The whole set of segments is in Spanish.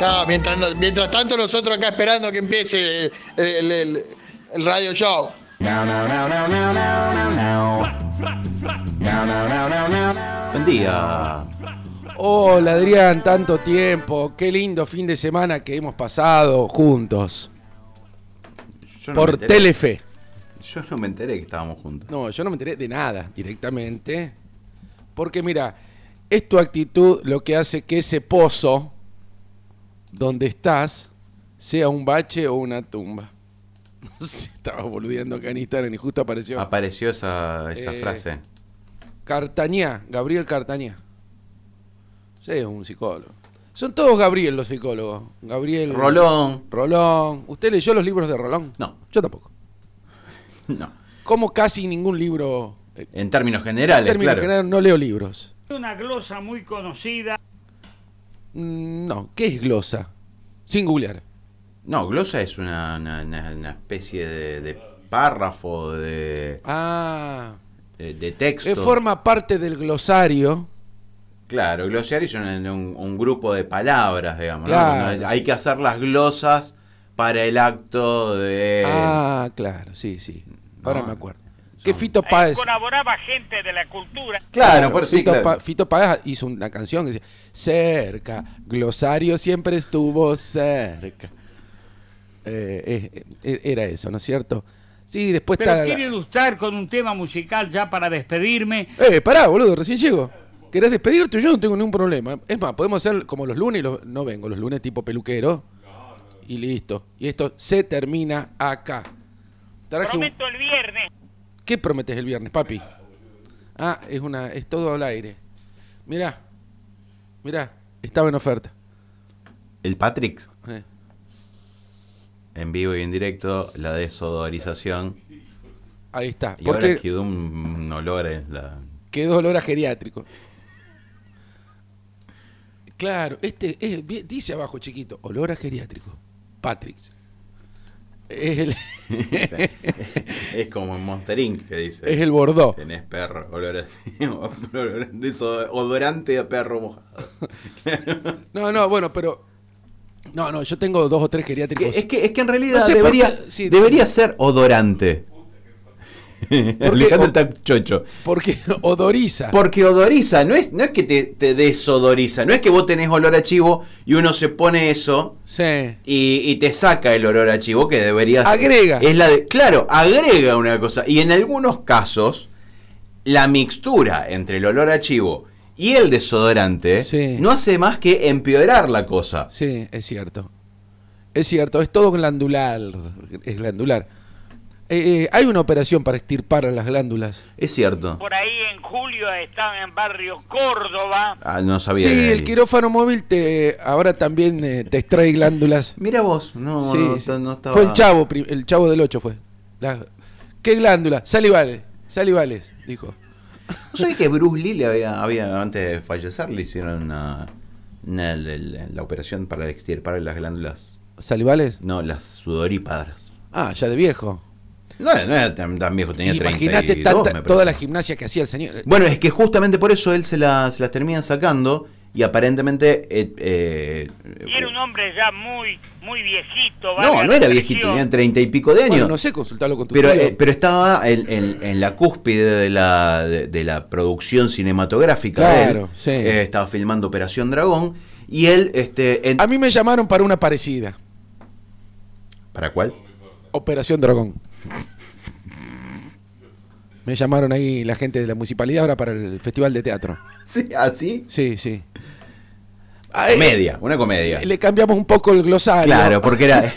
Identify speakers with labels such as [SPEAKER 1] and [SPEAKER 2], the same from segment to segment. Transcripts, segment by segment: [SPEAKER 1] No, mientras, nos- mientras tanto nosotros acá esperando que empiece el, el- el- el radio show.
[SPEAKER 2] Buen día.
[SPEAKER 3] Hola Adrián, tanto tiempo. Qué lindo fin de semana que hemos pasado juntos.
[SPEAKER 2] Yo no me
[SPEAKER 3] por
[SPEAKER 2] enteré.
[SPEAKER 3] Telefe.
[SPEAKER 2] Yo no me enteré que estábamos juntos.
[SPEAKER 3] No, yo no me enteré de nada directamente. Porque mira, es tu actitud lo que hace que ese pozo donde estás sea un bache o una tumba. No sé, estaba boludeando acá en Instagram y justo apareció
[SPEAKER 2] Apareció esa, esa
[SPEAKER 3] Eh,
[SPEAKER 2] frase.
[SPEAKER 3] Cartañá, Gabriel Cartañá. Sí, es un psicólogo. Son todos Gabriel los psicólogos. Gabriel.
[SPEAKER 2] Rolón.
[SPEAKER 3] Rolón. ¿Usted leyó los libros de Rolón?
[SPEAKER 2] No.
[SPEAKER 3] Yo tampoco.
[SPEAKER 2] No.
[SPEAKER 3] Como casi ningún libro. eh,
[SPEAKER 2] En términos generales,
[SPEAKER 3] en términos
[SPEAKER 2] claro.
[SPEAKER 3] generales, no leo libros.
[SPEAKER 4] Una glosa muy conocida.
[SPEAKER 3] Mm, No. ¿Qué es glosa? Sin googlear.
[SPEAKER 2] No, glosa es una, una- una- una especie de, de párrafo, de,
[SPEAKER 3] Ah.
[SPEAKER 2] de- de
[SPEAKER 3] eh,
[SPEAKER 2] texto.
[SPEAKER 3] forma parte del glosario.
[SPEAKER 2] Claro, glosario es un, un- un grupo de palabras, digamos. ¿no?
[SPEAKER 3] Claro,
[SPEAKER 2] Uno- Hay que hacer las glosas para el acto de...
[SPEAKER 3] ah, claro, sí, sí. Ahora
[SPEAKER 2] Eh. no,
[SPEAKER 3] me acuerdo. Que
[SPEAKER 2] son-
[SPEAKER 3] Fito
[SPEAKER 5] Pues,
[SPEAKER 3] Páez.
[SPEAKER 4] Colaboraba gente de la cultura.
[SPEAKER 2] Claro, por sí,
[SPEAKER 3] Fito,
[SPEAKER 2] claro.
[SPEAKER 3] Pa- Fito Páez hizo una canción que decía, cerca, glosario siempre estuvo cerca. Eh, eh, eh, era eso, ¿no es cierto? Sí, después
[SPEAKER 4] Pero
[SPEAKER 3] está... la-
[SPEAKER 4] quiero ilustrar con un tema musical ya para despedirme.
[SPEAKER 3] Eh, pará, boludo, recién llego. ¿Querés despedirte? Yo no tengo ningún problema. Es más, podemos hacer como los lunes, y los- no vengo, los lunes tipo peluquero. Y listo. Y esto se termina acá. Traje un-
[SPEAKER 4] Prometo el viernes.
[SPEAKER 3] ¿Qué prometes el viernes, papi? Ah, es una es todo al aire. Mirá. Mirá, estaba en oferta.
[SPEAKER 2] El Patrick,
[SPEAKER 3] Eh,
[SPEAKER 2] en vivo y en directo, la desodorización.
[SPEAKER 3] Ahí está.
[SPEAKER 2] Y ahora
[SPEAKER 3] Porque
[SPEAKER 2] quedó un olor en la...
[SPEAKER 3] quedó dolor a geriátrico. Claro, este es- vi- dice abajo chiquito, olor a geriátrico. Patrick. Es el,
[SPEAKER 2] es como en Monster Inc. que dice.
[SPEAKER 3] es el Bordeaux.
[SPEAKER 2] Tenés perro, olor a- olor a- desodorante a perro mojado.
[SPEAKER 3] No, no, bueno, pero. No, no, yo tengo dos o tres
[SPEAKER 2] Que-
[SPEAKER 3] geriátricos.
[SPEAKER 2] es, que, es que en realidad
[SPEAKER 3] pues, No sé por
[SPEAKER 2] debería,
[SPEAKER 3] qué- sí.
[SPEAKER 2] debería ser odorante. Alejandro está chocho.
[SPEAKER 3] Porque odoriza.
[SPEAKER 2] Porque odoriza, no es, no es que te, te desodoriza, no es que vos tenés olor a chivo y uno se pone eso
[SPEAKER 3] Sí.
[SPEAKER 2] y, y te saca el olor a chivo que debería ser-
[SPEAKER 3] Agrega.
[SPEAKER 2] Es la de, claro, agrega una cosa. Y en algunos casos, la mixtura entre el olor a chivo y el desodorante
[SPEAKER 3] Sí.
[SPEAKER 2] no hace más que empeorar la cosa.
[SPEAKER 3] Sí, es cierto. Es cierto, es todo glandular. Es glandular. Eh, eh, hay una operación para extirpar a las glándulas.
[SPEAKER 2] Es cierto.
[SPEAKER 4] Por ahí en julio estaba en barrio Córdoba.
[SPEAKER 2] Ah, no sabía.
[SPEAKER 3] sí,
[SPEAKER 2] de-
[SPEAKER 3] el quirófano móvil te ahora también eh, te extrae glándulas.
[SPEAKER 2] Mira vos, no,
[SPEAKER 3] Sí,
[SPEAKER 2] no,
[SPEAKER 3] sí.
[SPEAKER 2] no estaba.
[SPEAKER 3] Fue el chavo, pri- el chavo del 8 fue. La- ¿Qué glándula? Salivales, salivales, dijo.
[SPEAKER 2] ¿No sabés que Bruce Lee le había, había- antes de fallecer, le hicieron una, una- la, la- la operación para extirpar las glándulas?
[SPEAKER 3] ¿Salivales?
[SPEAKER 2] No, las sudorípadas.
[SPEAKER 3] Ah, ya de viejo.
[SPEAKER 2] No era, no era tan, tan viejo, tenía
[SPEAKER 3] Imagínate
[SPEAKER 2] 32,
[SPEAKER 3] tanta-
[SPEAKER 2] me
[SPEAKER 3] toda la
[SPEAKER 2] parece.
[SPEAKER 3] gimnasia que hacía el señor.
[SPEAKER 2] Bueno, es que justamente por eso él se, la- se las termina sacando y aparentemente... eh, eh,
[SPEAKER 4] Y era un hombre ya muy, muy viejito. valga
[SPEAKER 2] no, no
[SPEAKER 4] la
[SPEAKER 2] era viejito,
[SPEAKER 4] expresión.
[SPEAKER 2] tenía treinta y pico de años.
[SPEAKER 3] Bueno, no sé, consultarlo con tu
[SPEAKER 2] Pero,
[SPEAKER 3] tío.
[SPEAKER 2] eh, pero estaba en, en- en la cúspide de la, de, de la producción cinematográfica. de él.
[SPEAKER 3] Claro, sí.
[SPEAKER 2] Eh, estaba filmando Operación Dragón. Y él, este. en-
[SPEAKER 3] A mí me llamaron para una parecida.
[SPEAKER 2] ¿Para cuál?
[SPEAKER 3] Operación Dragón. Me llamaron ahí la gente de la municipalidad ahora para el festival de teatro.
[SPEAKER 2] Sí, así.
[SPEAKER 3] Sí, sí. Ah, eh,
[SPEAKER 2] Comedia, una comedia.
[SPEAKER 3] Le cambiamos un poco el glosario.
[SPEAKER 2] Claro, porque era.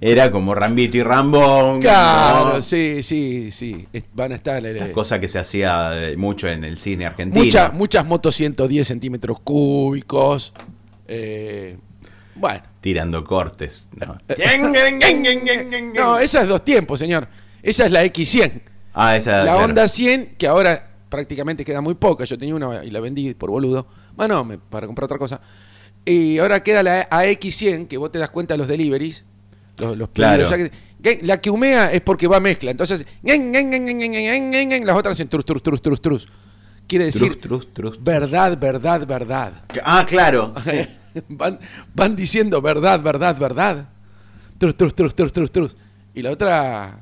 [SPEAKER 2] era como Rambito y Rambón.
[SPEAKER 3] Claro,
[SPEAKER 2] ¿no?
[SPEAKER 3] sí, sí, sí. Es- Van a estar eh,
[SPEAKER 2] La cosa que se hacía eh, mucho en el cine argentino.
[SPEAKER 3] muchas, muchas motos 110 centímetros cúbicos. Eh, bueno.
[SPEAKER 2] Tirando cortes. ¿no?
[SPEAKER 3] Eh, No, esa es dos tiempos, señor. Esa es la X100.
[SPEAKER 2] Ah, esa.
[SPEAKER 3] La
[SPEAKER 2] claro.
[SPEAKER 3] Honda 100, que ahora prácticamente queda muy poca. Yo tenía una y la vendí por boludo. Bueno, me- para comprar otra cosa. Y ahora queda la AX100, que vos te das cuenta de los deliveries. Los, los
[SPEAKER 2] Claro.
[SPEAKER 3] pedidos ya que- que la que humea es porque va mezcla. Entonces, ñen, ñen, ñen, ñen, ñen, ñen, ñen, ñen, las otras hacen trus, trus, trus, trus, trus. Quiere decir
[SPEAKER 2] Trus, trus, trus.
[SPEAKER 3] verdad, verdad, verdad.
[SPEAKER 2] Ah, claro. sí.
[SPEAKER 3] van, van diciendo verdad, verdad, verdad. Trus, trus, trus, trus, trus, trus. Y la otra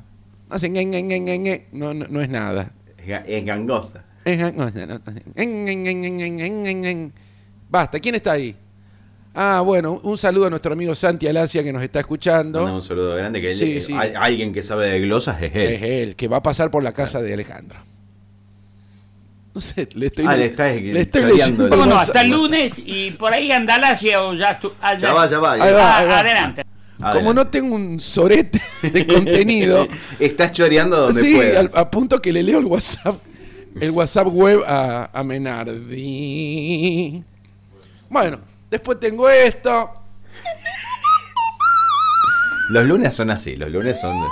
[SPEAKER 3] hace ñe, ñe, ñe, ñe, ñe. No, no, no es nada.
[SPEAKER 2] Es ga- es gangosa.
[SPEAKER 3] Es ñe, no, no, no. Ñe, ñe, ñe, ñe, ñe, ñe, ñe. Basta, ¿quién está ahí? Ah, bueno, un saludo a nuestro amigo Santi Alasia que nos está escuchando.
[SPEAKER 2] Mandamos un saludo grande que él-
[SPEAKER 3] Sí, sí.
[SPEAKER 2] al- alguien que sabe de glosas es él.
[SPEAKER 3] Es él, que va a pasar por la casa de Alejandro. No sé, le estoy,
[SPEAKER 2] Ah, le está
[SPEAKER 3] le estoy
[SPEAKER 2] esclareando
[SPEAKER 3] leyendo
[SPEAKER 2] el-
[SPEAKER 3] el
[SPEAKER 4] ¿Cómo no?
[SPEAKER 3] WhatsApp.
[SPEAKER 4] Hasta el lunes y por ahí Andalasia o ya estu- ayer.
[SPEAKER 2] Ya va, ya va.
[SPEAKER 3] Ahí va,
[SPEAKER 4] Ah,
[SPEAKER 3] ahí va.
[SPEAKER 4] Adelante.
[SPEAKER 3] Como no tengo un sorete de contenido,
[SPEAKER 2] Estás choreando donde
[SPEAKER 3] sí,
[SPEAKER 2] puedas.
[SPEAKER 3] al- a punto que le leo el WhatsApp, el WhatsApp web a, a Menardi. Bueno, después tengo esto.
[SPEAKER 2] Los lunes son así, los lunes son de,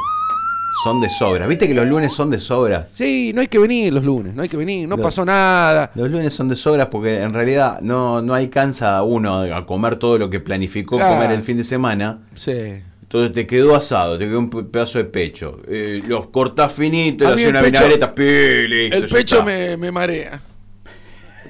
[SPEAKER 2] son de sobra. ¿Viste que los lunes son de sobras?
[SPEAKER 3] Sí, no hay que venir los lunes, no hay que venir, no
[SPEAKER 2] Lo-
[SPEAKER 3] pasó nada.
[SPEAKER 2] Los lunes son de sobras porque en realidad no, no alcanza a uno a comer todo lo que planificó
[SPEAKER 3] Claro.
[SPEAKER 2] comer el fin de semana.
[SPEAKER 3] Sí.
[SPEAKER 2] Entonces te quedó asado, te quedó un pe- pedazo de pecho. Eh, los cortás finito,
[SPEAKER 3] A
[SPEAKER 2] le
[SPEAKER 3] mí
[SPEAKER 2] haces
[SPEAKER 3] el
[SPEAKER 2] una
[SPEAKER 3] pecho-
[SPEAKER 2] vinagreta, pi, listo,
[SPEAKER 3] El
[SPEAKER 2] ya
[SPEAKER 3] pecho
[SPEAKER 2] está.
[SPEAKER 3] me, me marea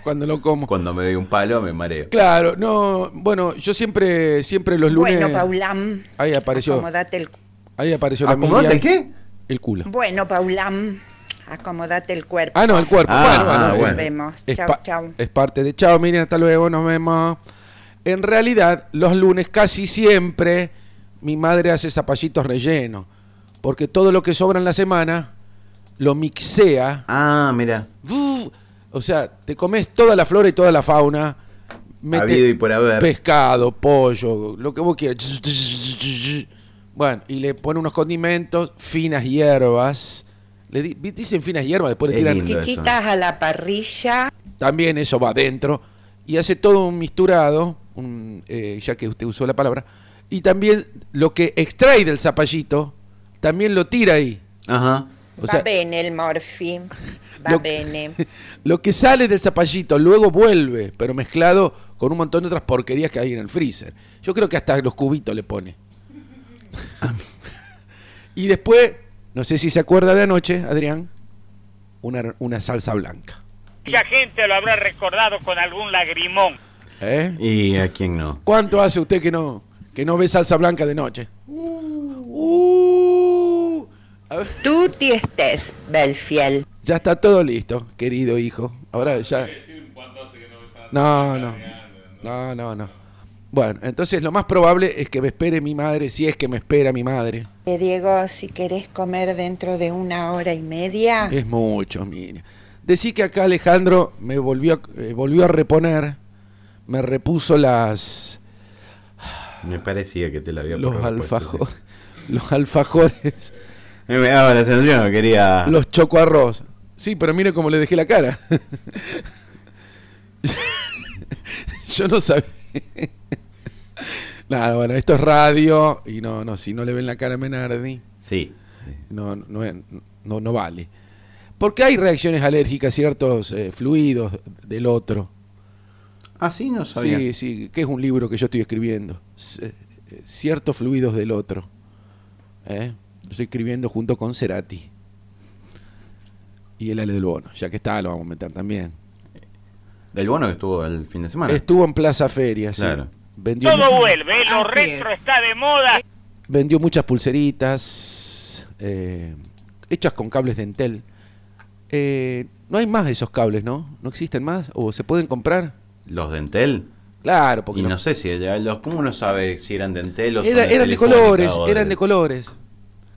[SPEAKER 3] cuando lo como.
[SPEAKER 2] Cuando me doy un palo me mareo.
[SPEAKER 3] Claro, no, bueno, yo siempre, siempre los lunes.
[SPEAKER 6] Bueno, Paulam.
[SPEAKER 3] Ahí apareció.
[SPEAKER 6] Acomodate el, cu-
[SPEAKER 3] Ahí apareció la
[SPEAKER 2] ¿Acomodate el
[SPEAKER 3] Miriam.
[SPEAKER 2] qué?
[SPEAKER 3] El culo.
[SPEAKER 6] bueno, Paulam. Acomodate el cuerpo.
[SPEAKER 3] Ah, no, el cuerpo.
[SPEAKER 2] Ah,
[SPEAKER 3] bueno,
[SPEAKER 2] bueno.
[SPEAKER 3] bueno,
[SPEAKER 6] Nos vemos.
[SPEAKER 3] Es
[SPEAKER 6] Chau,
[SPEAKER 3] pa-
[SPEAKER 6] chau.
[SPEAKER 3] Es parte de chao, Miriam, hasta luego, nos vemos. En realidad, los lunes casi siempre mi madre hace zapallitos rellenos. Porque todo lo que sobra en la semana lo mixea.
[SPEAKER 2] Ah, mira.
[SPEAKER 3] ¡Buf! O sea, te comes toda la flora y toda la fauna.
[SPEAKER 2] Habido y por haber.
[SPEAKER 3] Pescado, pollo, lo que vos quieras. Bueno, y le pone unos condimentos, finas hierbas. Le di- dicen finas hierbas, después le
[SPEAKER 2] Es
[SPEAKER 3] tiran
[SPEAKER 2] lindo. eso.
[SPEAKER 6] Chichitas a la parrilla.
[SPEAKER 3] también eso va adentro. Y hace todo un misturado, un, eh, ya que usted usó la palabra. Y también lo que extrae del zapallito, también lo tira ahí.
[SPEAKER 2] Ajá.
[SPEAKER 3] O sea,
[SPEAKER 6] va bene el morfi. Va eh.
[SPEAKER 3] lo-
[SPEAKER 6] bene.
[SPEAKER 3] lo que sale del zapallito luego vuelve, pero mezclado con un montón de otras porquerías que hay en el freezer. Yo creo que hasta los cubitos le pone. y después, no sé si se acuerda de anoche, Adrián, una, una salsa blanca.
[SPEAKER 4] Mucha gente lo habrá recordado con algún lagrimón.
[SPEAKER 3] ¿Eh?
[SPEAKER 2] ¿Y a quién no?
[SPEAKER 3] ¿Cuánto hace usted que no, que no ve salsa blanca de noche? Uh, a ver,
[SPEAKER 6] Tutti estés, Belfiel.
[SPEAKER 3] ya está todo listo, querido hijo. Ahora ya. No, no. No, no, no. Bueno, entonces lo más probable es que me espere mi madre, si es que me espera mi madre.
[SPEAKER 6] Eh, Diego, si querés comer dentro de una hora y media,
[SPEAKER 3] Es mucho, mira. Decí que acá Alejandro me volvió, a- eh, volvió a reponer, me repuso las,
[SPEAKER 2] Me parecía que te la había
[SPEAKER 3] los,
[SPEAKER 2] propuesto,
[SPEAKER 3] alfajores, los alfajores
[SPEAKER 2] sí. Eh, Me daba la sensación que quería.
[SPEAKER 3] Los choco arroz. Sí, pero mira cómo le dejé la cara. Yo no sabía. Nada, bueno, esto es radio y no, no, si no le ven la cara a Menardi,
[SPEAKER 2] Sí.
[SPEAKER 3] no, no, es- no, no vale. Porque hay reacciones alérgicas, ciertos eh, fluidos del otro.
[SPEAKER 2] Ah, sí, no sabía.
[SPEAKER 3] Sí, sí, que es un libro que yo estoy escribiendo. C- eh, Ciertos fluidos del otro. ¿Eh? Lo Estoy escribiendo junto con Cerati. Y el Ale del Bono. Ya que está, lo vamos a meter también.
[SPEAKER 2] Del bono que estuvo el fin de semana.
[SPEAKER 3] Estuvo en Plaza Feria, sí.
[SPEAKER 2] Claro.
[SPEAKER 3] Vendió,
[SPEAKER 4] Todo
[SPEAKER 3] mu-
[SPEAKER 4] vuelve, ¿eh? lo
[SPEAKER 5] Así
[SPEAKER 4] retro
[SPEAKER 5] es.
[SPEAKER 4] está de moda.
[SPEAKER 3] vendió muchas pulseritas eh, hechas con cables de Entel. Eh, no hay más de esos cables, ¿no? ¿No existen más? ¿O se pueden comprar?
[SPEAKER 2] Los dentel.
[SPEAKER 3] Claro, porque
[SPEAKER 2] Y
[SPEAKER 3] los-
[SPEAKER 2] no sé si ya los, ¿cómo uno sabe si eran dentel o son
[SPEAKER 3] Era- eran de
[SPEAKER 2] Telefónica
[SPEAKER 3] colores,
[SPEAKER 2] o
[SPEAKER 3] eran de colores.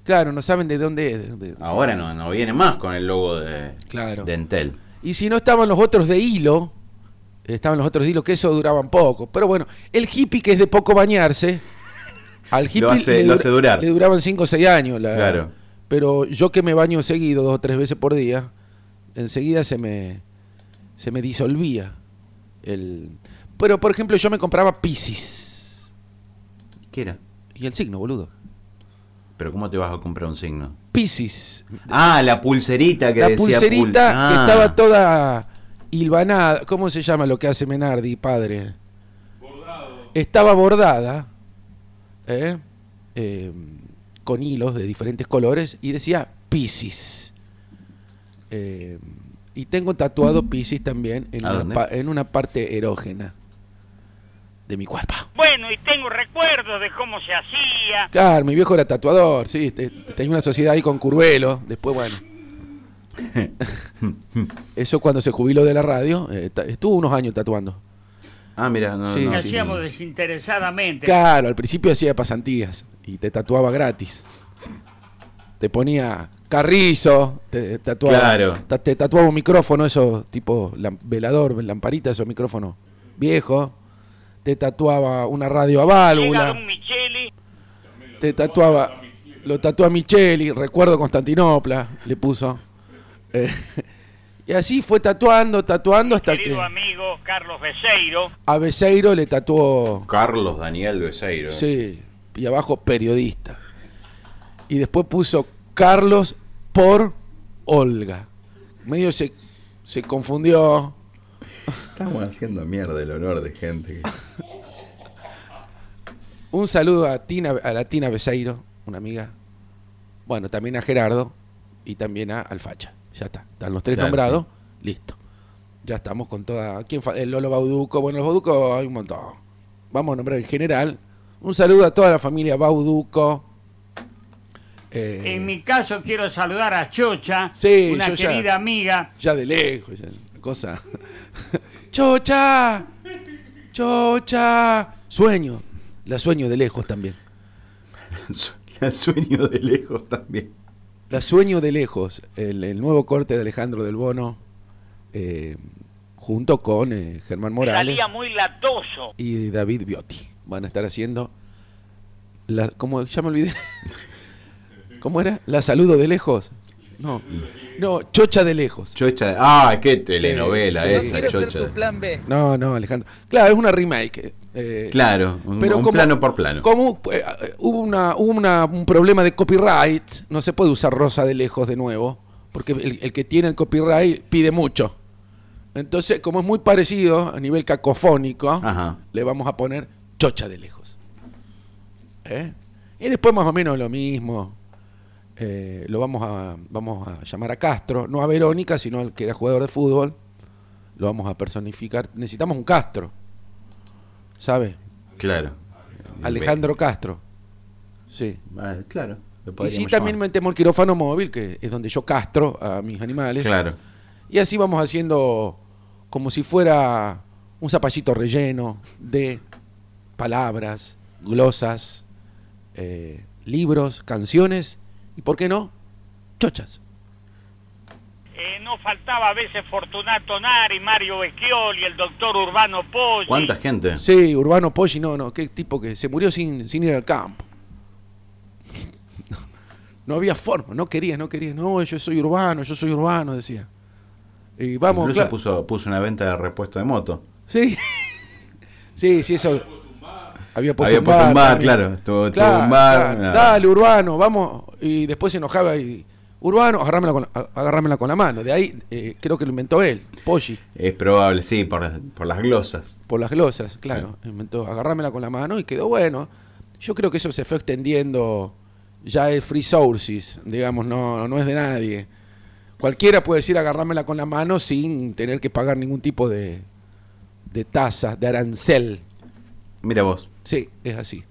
[SPEAKER 3] Claro, no saben de dónde es. de dónde es.
[SPEAKER 2] Ahora no, no viene más con el logo de
[SPEAKER 3] Claro.
[SPEAKER 2] dentel.
[SPEAKER 3] Y si no estaban los otros de hilo, estaban los otros de hilo, que eso duraban poco. Pero bueno, el hippie que es de poco bañarse, al hippie
[SPEAKER 2] hace-
[SPEAKER 3] le,
[SPEAKER 2] lo hace durar.
[SPEAKER 3] le duraban 5 o 6 años. la-
[SPEAKER 2] Claro.
[SPEAKER 3] Pero yo que me baño seguido, dos o tres veces por día, enseguida se me, se me disolvía. El... Pero por ejemplo, yo me compraba Pisces.
[SPEAKER 2] ¿Qué era?
[SPEAKER 3] Y el signo, boludo.
[SPEAKER 2] Pero ¿cómo te vas a comprar un signo?
[SPEAKER 3] Pisces,
[SPEAKER 2] Ah, la pulserita que
[SPEAKER 3] la
[SPEAKER 2] decía
[SPEAKER 3] pulserita
[SPEAKER 2] pul-
[SPEAKER 3] que
[SPEAKER 2] Ah,
[SPEAKER 3] estaba toda hilvanada. ¿Cómo se llama lo que hace Menardi, padre? Estaba bordada ¿eh? Eh, con hilos de diferentes colores y decía Piscis. Eh, y tengo tatuado Piscis también en
[SPEAKER 2] ¿A
[SPEAKER 3] una,
[SPEAKER 2] dónde?
[SPEAKER 3] pa- en una parte erógena. de mi cuerpo.
[SPEAKER 4] Bueno, y tengo recuerdos de cómo se hacía.
[SPEAKER 3] Claro, mi viejo era tatuador, sí. te- Tenía una sociedad ahí con Curvelo. Después, bueno. Eso cuando se jubiló de la radio, eh, ta- estuvo unos años tatuando.
[SPEAKER 2] Ah, mira, no,
[SPEAKER 3] Sí,
[SPEAKER 2] no,
[SPEAKER 4] Que
[SPEAKER 3] sí.
[SPEAKER 4] hacíamos desinteresadamente.
[SPEAKER 3] Claro, al principio hacía pasantías y te tatuaba gratis. Te ponía carrizo, te tatuaba,
[SPEAKER 2] Claro.
[SPEAKER 3] ta- te tatuaba un micrófono, eso tipo lam- velador, lamparita, esos micrófonos viejos. Te tatuaba una radio a
[SPEAKER 4] Llega
[SPEAKER 3] válvula.
[SPEAKER 4] Don Micheli,
[SPEAKER 3] Te tatuaba. Lo tatúa Micheli, recuerdo Constantinopla, le puso. Eh, y así fue tatuando, tatuando hasta que
[SPEAKER 4] querido amigo Carlos Beseiro.
[SPEAKER 3] a Beseiro le tatuó.
[SPEAKER 2] Carlos Daniel Beseiro.
[SPEAKER 3] Sí, y abajo periodista. Y después puso Carlos por Olga. Medio se, se confundió.
[SPEAKER 2] Estamos haciendo mierda el honor de gente. que-
[SPEAKER 3] Un saludo a, Tina, a la Tina Beseiro, una amiga. Bueno, también a Gerardo y también a Alfacha. Ya está. Están los tres
[SPEAKER 2] Claro,
[SPEAKER 3] nombrados. Listo. Ya estamos con toda. ¿Quién fa- El Lolo Bauduco. Bueno, los Bauducos hay un montón. Vamos a nombrar en general. Un saludo a toda la familia Bauduco. Eh,
[SPEAKER 4] En mi caso quiero saludar a Chocha,
[SPEAKER 3] Sí,
[SPEAKER 4] una
[SPEAKER 3] yo ya-
[SPEAKER 4] querida amiga.
[SPEAKER 3] Ya de lejos, ya, una cosa. ¡Chocha! ¡Chocha! Sueño. La sueño de lejos también.
[SPEAKER 2] La sueño de lejos también.
[SPEAKER 3] La sueño de lejos, el, el nuevo corte de Alejandro del Bono, eh, junto con eh, Germán Morales
[SPEAKER 4] Salía muy latoso.
[SPEAKER 3] y David Biotti. Van a estar haciendo. La, ¿Cómo? Ya me olvidé. ¿Cómo era? ¿La saludo de lejos? No. No, chocha de lejos.
[SPEAKER 2] Chocha. Ah, qué telenovela
[SPEAKER 3] sí.
[SPEAKER 2] esa,
[SPEAKER 5] quiero ser
[SPEAKER 2] Chocha.
[SPEAKER 5] tu plan B.
[SPEAKER 3] No, no, Alejandro. Claro, es una remake. eh,
[SPEAKER 2] Claro, un, un
[SPEAKER 3] como-
[SPEAKER 2] plano por plano.
[SPEAKER 3] Como eh, eh, hubo, una, hubo una- un problema de copyright, no se puede usar Rosa de lejos de nuevo, porque el, el que tiene el copyright pide mucho. Entonces, como es muy parecido a nivel cacofónico,
[SPEAKER 2] Ajá.
[SPEAKER 3] le vamos a poner chocha de lejos. ¿Eh? Y después más o menos lo mismo. Eh, lo vamos a, vamos a llamar a Castro, no a Verónica, sino al que era jugador de fútbol. Lo vamos a personificar. Necesitamos un Castro. ¿Sabe?
[SPEAKER 2] Claro.
[SPEAKER 3] Alejandro Castro. Sí.
[SPEAKER 2] Ah, claro. lo
[SPEAKER 3] Y sí,
[SPEAKER 2] podríamos
[SPEAKER 3] también
[SPEAKER 2] llamar.
[SPEAKER 3] metemos el quirófano móvil, que es donde yo castro a mis animales.
[SPEAKER 2] Claro.
[SPEAKER 3] Y así vamos haciendo como si fuera un zapallito relleno de palabras, glosas, eh, libros, canciones y, ¿por qué no? Chochas.
[SPEAKER 4] Eh, no faltaba a veces Fortunato Nari, Mario Vecchioli, el doctor Urbano Poggi.
[SPEAKER 2] ¿Cuánta gente?
[SPEAKER 3] Sí, Urbano Poggi, no, no, qué tipo que se murió sin, sin ir al campo. No había forma, no quería, no quería. No, yo soy urbano, yo soy urbano, decía. Y vamos,
[SPEAKER 2] Incluso
[SPEAKER 3] cla-
[SPEAKER 2] puso, puso una venta de repuesto de moto.
[SPEAKER 3] Sí. sí, sí, eso. Había puesto
[SPEAKER 2] Había
[SPEAKER 3] un
[SPEAKER 2] puesto
[SPEAKER 3] bar.
[SPEAKER 2] un bar,
[SPEAKER 3] también.
[SPEAKER 2] claro, tuvo- tuvo un bar, nada.
[SPEAKER 3] Dale, Urbano, vamos. Y después se enojaba y. Urbano, agárramela con, la- agárramela con la mano. De ahí eh, creo que lo inventó él, Poggi,
[SPEAKER 2] Es probable, sí, por, por las glosas.
[SPEAKER 3] por las glosas, claro. Inventó agárramela con la mano y quedó bueno. Yo creo que eso se fue extendiendo. Ya es free sources, digamos, no, no es de nadie. Cualquiera puede decir agárramela con la mano sin tener que pagar ningún tipo de, de tasa, de arancel.
[SPEAKER 2] Mira vos.
[SPEAKER 3] Sí, es así.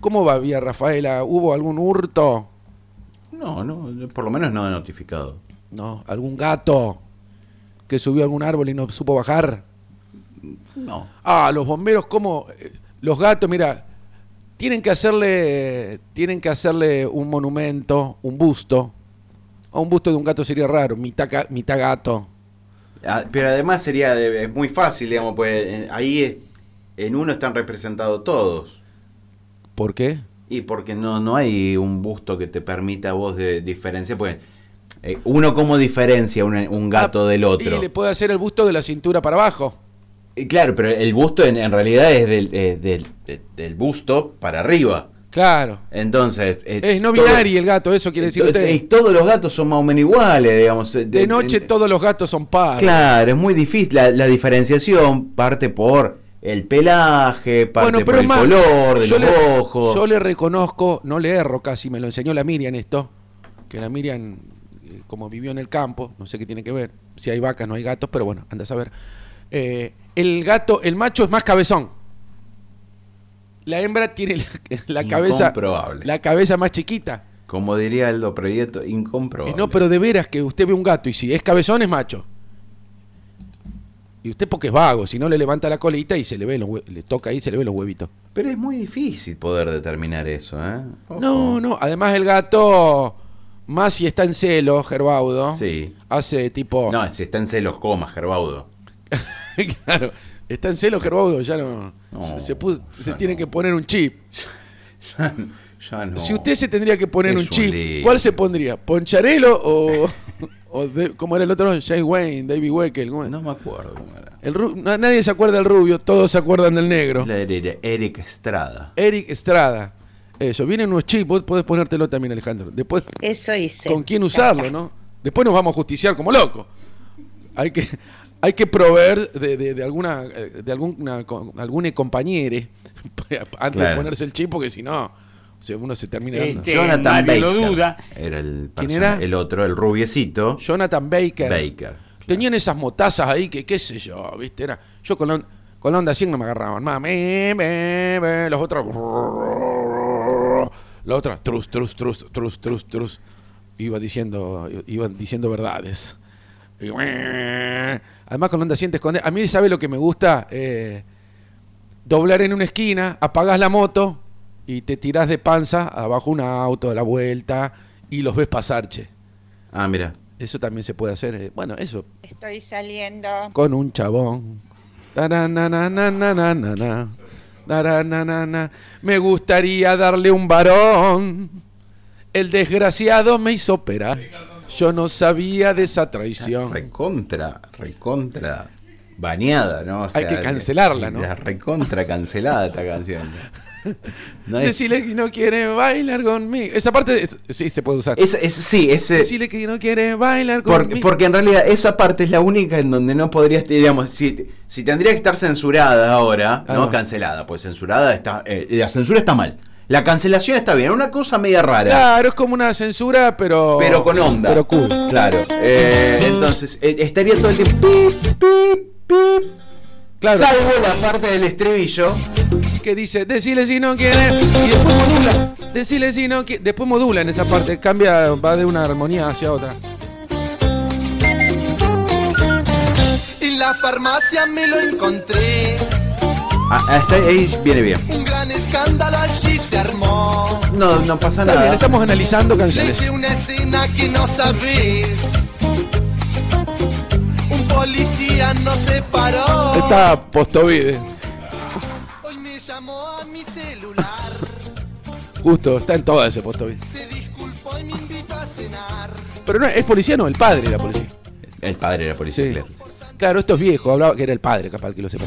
[SPEAKER 3] ¿Cómo va Vía Rafaela? ¿Hubo algún hurto?
[SPEAKER 2] No, no, por lo menos no notificado.
[SPEAKER 3] No, algún gato que subió a algún árbol y no supo bajar.
[SPEAKER 2] No.
[SPEAKER 3] Ah, los bomberos cómo Eh, los gatos, mira, tienen que hacerle tienen que hacerle un monumento, un busto. A un busto de un gato sería raro, mitad, ca- mitad gato.
[SPEAKER 2] Ah, Pero además sería de- es muy fácil, digamos, pues eh, ahí es- en uno están representados todos.
[SPEAKER 3] ¿Por qué?
[SPEAKER 2] Y porque no, no hay un busto que te permita a vos de diferencia, pues eh, uno como diferencia un, un gato
[SPEAKER 3] Ah,
[SPEAKER 2] del otro.
[SPEAKER 3] Y le puede hacer el busto de la cintura para abajo.
[SPEAKER 2] Y claro, pero el busto en, en realidad es del, eh, del, eh, del busto para arriba.
[SPEAKER 3] Claro.
[SPEAKER 2] Entonces... eh,
[SPEAKER 3] Es no
[SPEAKER 2] todo-
[SPEAKER 3] binario el gato, eso quiere decir
[SPEAKER 2] to-
[SPEAKER 3] usted.
[SPEAKER 2] eh, todos los gatos son más o menos iguales, digamos. eh,
[SPEAKER 3] De noche
[SPEAKER 2] en-
[SPEAKER 3] todos los gatos son pares.
[SPEAKER 2] Claro, es muy difícil. La, la diferenciación parte por el pelaje, parte por el
[SPEAKER 3] es más,
[SPEAKER 2] color de
[SPEAKER 3] yo
[SPEAKER 2] los
[SPEAKER 3] le-
[SPEAKER 2] ojos.
[SPEAKER 3] Yo le reconozco, no le erro casi, me lo enseñó la Miriam esto, que la Miriam, eh, como vivió en el campo, no sé qué tiene que ver, si hay vacas, no hay gatos, pero bueno, anda a saber. Eh, el gato, el macho es más cabezón. la hembra tiene la, la cabeza
[SPEAKER 2] Incomprobable.
[SPEAKER 3] la cabeza más chiquita.
[SPEAKER 2] Como diría Aldo Previeto,
[SPEAKER 3] Eh,
[SPEAKER 2] incomprobable.
[SPEAKER 3] no, pero de veras que usted ve un gato y si es cabezón es macho. Y usted porque es vago, si no le levanta la colita y se le ve los hue- le toca ahí y se le ven los huevitos.
[SPEAKER 2] Pero es muy difícil poder determinar eso, ¿eh? Ojo.
[SPEAKER 3] No, no, además el gato más si está en celo, Gerbaudo.
[SPEAKER 2] Sí.
[SPEAKER 3] Hace tipo
[SPEAKER 2] No, si está en celos, coma, Gerbaudo.
[SPEAKER 3] claro, está en celo Gerbaudo, ya no,
[SPEAKER 2] No,
[SPEAKER 3] se, se puso- se
[SPEAKER 2] ya
[SPEAKER 3] tiene
[SPEAKER 2] no.
[SPEAKER 3] que poner un chip.
[SPEAKER 2] Ya, ya no.
[SPEAKER 3] Si usted se tendría que poner
[SPEAKER 2] Es
[SPEAKER 3] un
[SPEAKER 2] un
[SPEAKER 3] chip,
[SPEAKER 2] lío.
[SPEAKER 3] ¿cuál se pondría? ¿Poncharelo o, o de- cómo era el otro? Jay Wayne, David Weckel. ¿cómo era?
[SPEAKER 2] No me acuerdo cómo era.
[SPEAKER 3] El ru- na- nadie se acuerda del rubio, todos se acuerdan del negro.
[SPEAKER 2] La de Eric Estrada.
[SPEAKER 3] Eric Estrada. Eso, vienen unos chips, vos podés ponértelo también, Alejandro. Después,
[SPEAKER 6] Eso hice.
[SPEAKER 3] ¿con quién usarlo, no? Después nos vamos a justiciar como locos. Hay que, hay que proveer de, de- de alguna eh, de alguna co- algún compañere antes de
[SPEAKER 2] Claro.
[SPEAKER 3] ponerse el chip, porque si no, se- uno se termina dando.
[SPEAKER 4] Este, nadie lo duda.
[SPEAKER 2] Era el
[SPEAKER 3] ¿Quién
[SPEAKER 2] persona-
[SPEAKER 3] era?
[SPEAKER 2] El otro, el rubiecito.
[SPEAKER 3] Jonathan Baker.
[SPEAKER 2] Baker.
[SPEAKER 3] Tenían esas motazas ahí que, qué sé yo, ¿viste? Era, yo con la, on- con la onda 100 no me agarraban. Más, me, me, me, los otros. La otra, trus, trus, trus, trus, trus, trus. Iba diciendo, iban diciendo verdades. Y, Además, con la onda 100 te esconde. A mí, ¿sabe lo que me gusta? Eh, doblar en una esquina, apagás la moto y te tirás de panza abajo un auto de la vuelta y los ves pasar, che.
[SPEAKER 2] Ah, mira.
[SPEAKER 3] Eso también se puede hacer. eh, Bueno, eso,
[SPEAKER 6] Estoy saliendo.
[SPEAKER 3] con un chabón. Taranananananana. Tarananana. Me gustaría darle un varón. El desgraciado me hizo operar. Yo no sabía de esa traición.
[SPEAKER 2] Recontra, recontra. Baneada, ¿no? O
[SPEAKER 3] Hay que cancelarla, ¿no?
[SPEAKER 2] la Recontra cancelada esta canción. No es-
[SPEAKER 3] Decirle que no quiere bailar conmigo. Esa parte es- sí se puede usar.
[SPEAKER 2] es- es- sí, ese.
[SPEAKER 3] Decirle que no quiere bailar
[SPEAKER 2] Por-
[SPEAKER 3] conmigo.
[SPEAKER 2] porque en realidad esa parte es la única en donde no podrías, digamos, si, si tendría que estar censurada ahora,
[SPEAKER 3] Ah,
[SPEAKER 2] no
[SPEAKER 3] no.
[SPEAKER 2] cancelada, pues censurada está, eh, la censura está mal, la cancelación está bien, una cosa media rara,
[SPEAKER 3] Claro, es como una censura, pero.
[SPEAKER 2] pero con onda,
[SPEAKER 3] Pero cool. Mm.
[SPEAKER 2] claro, Eh, entonces eh, estaría todo el tiempo, pip, pip, pip,
[SPEAKER 3] Claro.
[SPEAKER 2] salvo la parte del estribillo,
[SPEAKER 3] que dice, decile si no quiere, y después modula, decile si no quiere, después modula en esa parte, cambia, va de una armonía hacia otra.
[SPEAKER 5] En la farmacia me lo encontré.
[SPEAKER 2] Ah, hasta ahí viene bien,
[SPEAKER 5] Un gran escándalo allí se armó.
[SPEAKER 2] no, no pasa
[SPEAKER 3] Está bien,
[SPEAKER 2] nada,
[SPEAKER 3] estamos analizando
[SPEAKER 5] Le
[SPEAKER 3] canciones.
[SPEAKER 5] hice una escena que no sabés. Un policía no se paró.
[SPEAKER 3] Está post-COVID,
[SPEAKER 5] Hoy me llamó a mi celular.
[SPEAKER 3] justo, está en toda ese post-COVID.
[SPEAKER 5] se disculpó y me invitó a cenar.
[SPEAKER 3] Pero no, es policía, no, el padre era policía.
[SPEAKER 2] el padre era policía,
[SPEAKER 3] Sí.
[SPEAKER 2] claro.
[SPEAKER 3] Claro, esto es viejo, hablaba que era el padre, capaz que lo sepa.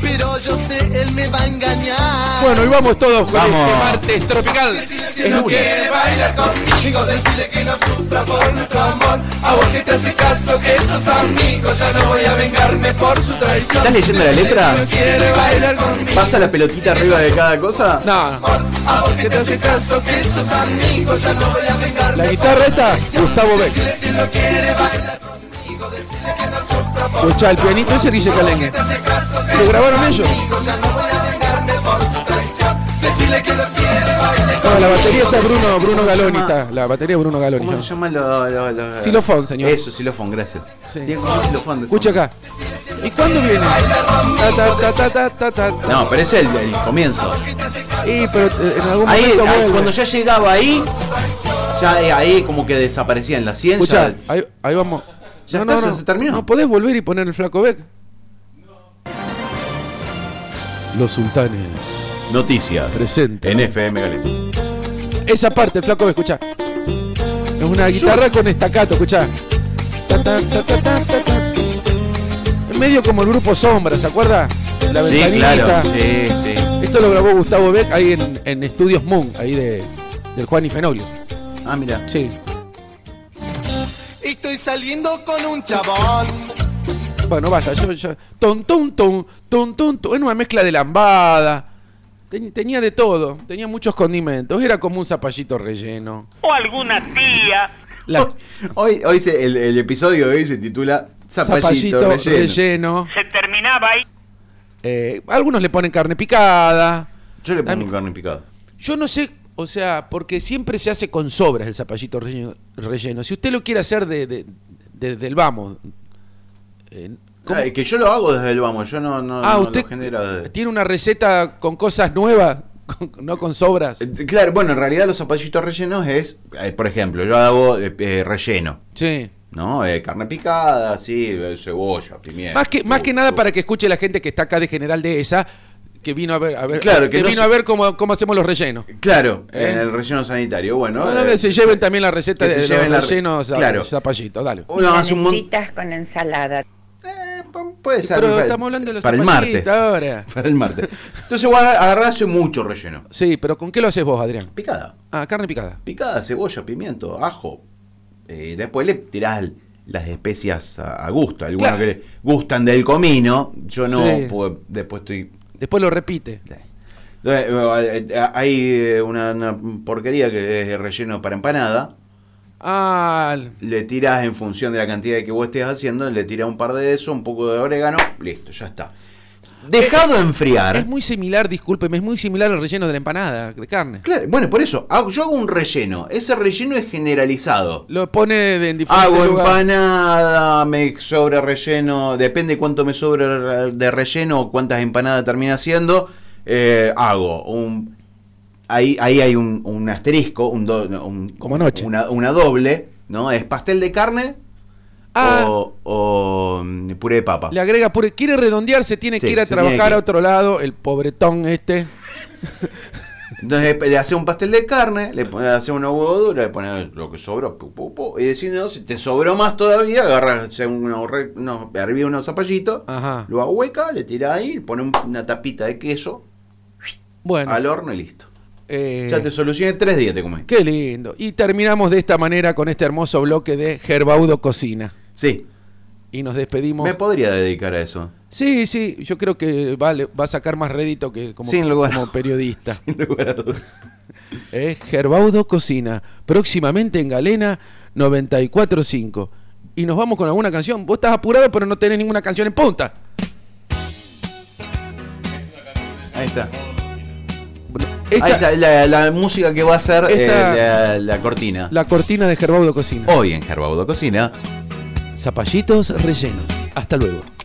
[SPEAKER 5] Pero yo sé, él me va a engañar.
[SPEAKER 3] Bueno, y vamos todos con
[SPEAKER 2] Vamos.
[SPEAKER 3] este martes tropical.
[SPEAKER 5] Decirle si no quiere bailar conmigo, decirle que no sufra por nuestro amor. A vos que te hace caso, que sos amigo, ya no voy a vengarme por su traición.
[SPEAKER 2] ¿Estás leyendo la letra?
[SPEAKER 5] Quiere bailar conmigo,
[SPEAKER 2] ¿Pasa la pelotita arriba de cada cosa?
[SPEAKER 3] No, no,
[SPEAKER 5] a vos que te hace caso, que sos amigo, ya no voy a vengarme.
[SPEAKER 3] la guitarra está, Gustavo Beck.
[SPEAKER 5] Decirle si no quiere bailar
[SPEAKER 3] Escuchá, el pianito ese dice Calengue. ¿Lo grabaron ellos? No, la batería está Bruno, Bruno Galoni. Está. La batería de Bruno Galoni.
[SPEAKER 2] ¿Cómo se
[SPEAKER 3] ¿no?
[SPEAKER 2] llama lo, lo- lo-
[SPEAKER 3] Xilofón, señor.
[SPEAKER 2] Eso, xilofón, gracias.
[SPEAKER 3] Sí.
[SPEAKER 2] Tiene como un xilofón de
[SPEAKER 3] Escucha
[SPEAKER 2] fondo.
[SPEAKER 3] acá. ¿Y cuándo viene? Ta, ta, ta, ta, ta, ta, ta.
[SPEAKER 2] No, pero es el, el comienzo.
[SPEAKER 3] Y, pero eh, en algún
[SPEAKER 2] Ahí,
[SPEAKER 3] momento
[SPEAKER 2] ahí,
[SPEAKER 3] vuelve.
[SPEAKER 2] cuando ya llegaba ahí, ya eh, ahí como que desaparecían las 100.
[SPEAKER 3] Escuchá,
[SPEAKER 2] ya-
[SPEAKER 3] ahí, ahí vamos.
[SPEAKER 2] Ya está, ya se terminó.
[SPEAKER 3] ¿No podés volver y poner el flaco Beck? Los sultanes.
[SPEAKER 2] Noticias.
[SPEAKER 3] Presente.
[SPEAKER 2] En FM Galeno.
[SPEAKER 3] Esa parte, el flaco Beck, escuchá. Es una guitarra con estacato, escuchá. Ta, ta, ta, ta, ta, ta, ta. Es medio como el grupo Sombra, ¿se acuerda? La
[SPEAKER 2] Sí,
[SPEAKER 3] ventanita.
[SPEAKER 2] claro. Sí, sí.
[SPEAKER 3] Esto lo grabó Gustavo Beck ahí en, en Estudios Moon, ahí de, del Juan y Fenolio.
[SPEAKER 2] Ah, mira.
[SPEAKER 3] Sí.
[SPEAKER 5] Estoy saliendo con un chabón.
[SPEAKER 3] Bueno, basta. Yo, yo- ton, ton, ton, ton, ton, ton. Era una mezcla de lambada. Ten- tenía de todo. Tenía muchos condimentos. Era como un zapallito relleno.
[SPEAKER 4] O alguna tía.
[SPEAKER 3] La-
[SPEAKER 2] Hoy, hoy se- el, el episodio de hoy se titula Zapallito,
[SPEAKER 3] zapallito
[SPEAKER 2] relleno.
[SPEAKER 3] relleno.
[SPEAKER 4] Se terminaba ahí.
[SPEAKER 3] Eh, algunos le ponen carne picada.
[SPEAKER 2] Yo le
[SPEAKER 3] A
[SPEAKER 2] pongo
[SPEAKER 3] mí-
[SPEAKER 2] un carne picada.
[SPEAKER 3] Yo no sé, o sea, porque siempre se hace con sobras el zapallito relleno. relleno. Si usted lo quiere hacer de, de- desde el vamos. eh, ¿cómo?
[SPEAKER 2] Ah, es que yo lo hago desde el vamos, yo no, no,
[SPEAKER 3] ah,
[SPEAKER 2] no
[SPEAKER 3] usted
[SPEAKER 2] lo genero desde-
[SPEAKER 3] tiene una receta con cosas nuevas, con- no con sobras.
[SPEAKER 2] Eh, Claro, bueno, en realidad los zapallitos rellenos es, eh, por ejemplo, yo hago eh, eh, relleno,
[SPEAKER 3] Sí.
[SPEAKER 2] ¿no? Eh, carne picada, sí, eh, cebolla, pimienta.
[SPEAKER 3] Más que, más que
[SPEAKER 2] Uh,
[SPEAKER 3] nada
[SPEAKER 2] uh.
[SPEAKER 3] para que escuche la gente que está acá de general de esa, que vino a ver, a ver,
[SPEAKER 2] Claro, que
[SPEAKER 3] que,
[SPEAKER 2] no
[SPEAKER 3] vino
[SPEAKER 2] se-
[SPEAKER 3] a ver cómo, cómo hacemos los rellenos.
[SPEAKER 2] Claro,
[SPEAKER 3] ¿Eh?
[SPEAKER 2] en el relleno sanitario, bueno.
[SPEAKER 3] Bueno,
[SPEAKER 2] eh,
[SPEAKER 3] que se lleven también la receta
[SPEAKER 2] que se
[SPEAKER 3] de los
[SPEAKER 2] lleven la re-
[SPEAKER 3] rellenos a-
[SPEAKER 2] claro.
[SPEAKER 3] zapallito, dale.
[SPEAKER 2] Uno hace un mon-
[SPEAKER 6] Milanesitas con ensalada.
[SPEAKER 2] Eh, pu- puede ser.
[SPEAKER 3] Pero
[SPEAKER 2] para-
[SPEAKER 3] estamos hablando de los
[SPEAKER 2] Para el martes.
[SPEAKER 3] zapallitos ahora.
[SPEAKER 2] Para el martes. Entonces vos agar- agarrás hace mucho relleno.
[SPEAKER 3] Sí, pero ¿con qué lo haces vos, Adrián?
[SPEAKER 2] Picada.
[SPEAKER 3] Ah, carne picada.
[SPEAKER 2] Picada, cebolla, pimiento, ajo. Eh, después le tirás l- las especias a, a gusto. Algunos
[SPEAKER 3] Claro.
[SPEAKER 2] que le gustan del comino. Yo no,
[SPEAKER 3] Sí.
[SPEAKER 2] porque después estoy
[SPEAKER 3] Después lo repite.
[SPEAKER 2] Entonces, eh, eh, Hay eh, una, una porquería que es de relleno para empanada.
[SPEAKER 3] Ah, l-
[SPEAKER 2] Le tiras en función de la cantidad que vos estés haciendo, le tiras un par de eso, un poco de orégano, listo, ya está. Dejado enfriar.
[SPEAKER 3] Eh, es muy similar, discúlpeme, es muy similar al relleno de la empanada de carne.
[SPEAKER 2] Claro, bueno, por eso, hago- yo hago un relleno. Ese relleno es generalizado.
[SPEAKER 3] Lo pone de- en diferentes
[SPEAKER 2] Hago
[SPEAKER 3] lugares.
[SPEAKER 2] empanada, me sobra relleno, depende cuánto me sobra de relleno o cuántas empanadas termina haciendo. eh, hago un. Ahí, ahí hay un, un asterisco, un, do- un-
[SPEAKER 3] Como anoche.
[SPEAKER 2] Una, una doble, ¿no? Es pastel de carne
[SPEAKER 3] Ah.
[SPEAKER 2] o, o, mm, puré de papa.
[SPEAKER 3] Le agrega pure. Quiere redondearse, tiene
[SPEAKER 2] Sí,
[SPEAKER 3] que ir a
[SPEAKER 2] se tiene
[SPEAKER 3] trabajar
[SPEAKER 2] que-
[SPEAKER 3] a otro lado, el pobretón este.
[SPEAKER 2] Entonces le hace un pastel de carne, le pone- le hace una huevo dura, le pone lo que sobró, pu, pu, pu, y decís, no, si te sobró más todavía, agarras unos, re- unos, hervís unos zapallitos,
[SPEAKER 3] Ajá.
[SPEAKER 2] lo ahueca, le tira ahí, le pone un- una tapita de queso
[SPEAKER 3] Bueno.
[SPEAKER 2] al horno y listo.
[SPEAKER 3] eh,
[SPEAKER 2] Ya te solucioné tres días, te comés.
[SPEAKER 3] Qué lindo. Y terminamos de esta manera con este hermoso bloque de Gerbaudo Cocina.
[SPEAKER 2] Sí,
[SPEAKER 3] Y nos despedimos.
[SPEAKER 2] me podría dedicar a eso.
[SPEAKER 3] Sí, sí, yo creo que vale, va a sacar más rédito que como,
[SPEAKER 2] Sin lugar.
[SPEAKER 3] como periodista.
[SPEAKER 2] Sin lugar a dudas.
[SPEAKER 3] Eh, Gerbaudo Cocina, próximamente en Galena 945. Y nos vamos con alguna canción. Vos estás apurado, pero no tenés ninguna canción en punta.
[SPEAKER 2] Ahí está.
[SPEAKER 3] Esta-
[SPEAKER 2] Ahí está la, la música que va a ser eh,
[SPEAKER 3] Esta-
[SPEAKER 2] la, la cortina.
[SPEAKER 3] La cortina de Gerbaudo Cocina.
[SPEAKER 2] Hoy en Gerbaudo Cocina.
[SPEAKER 3] Zapallitos rellenos. Hasta luego.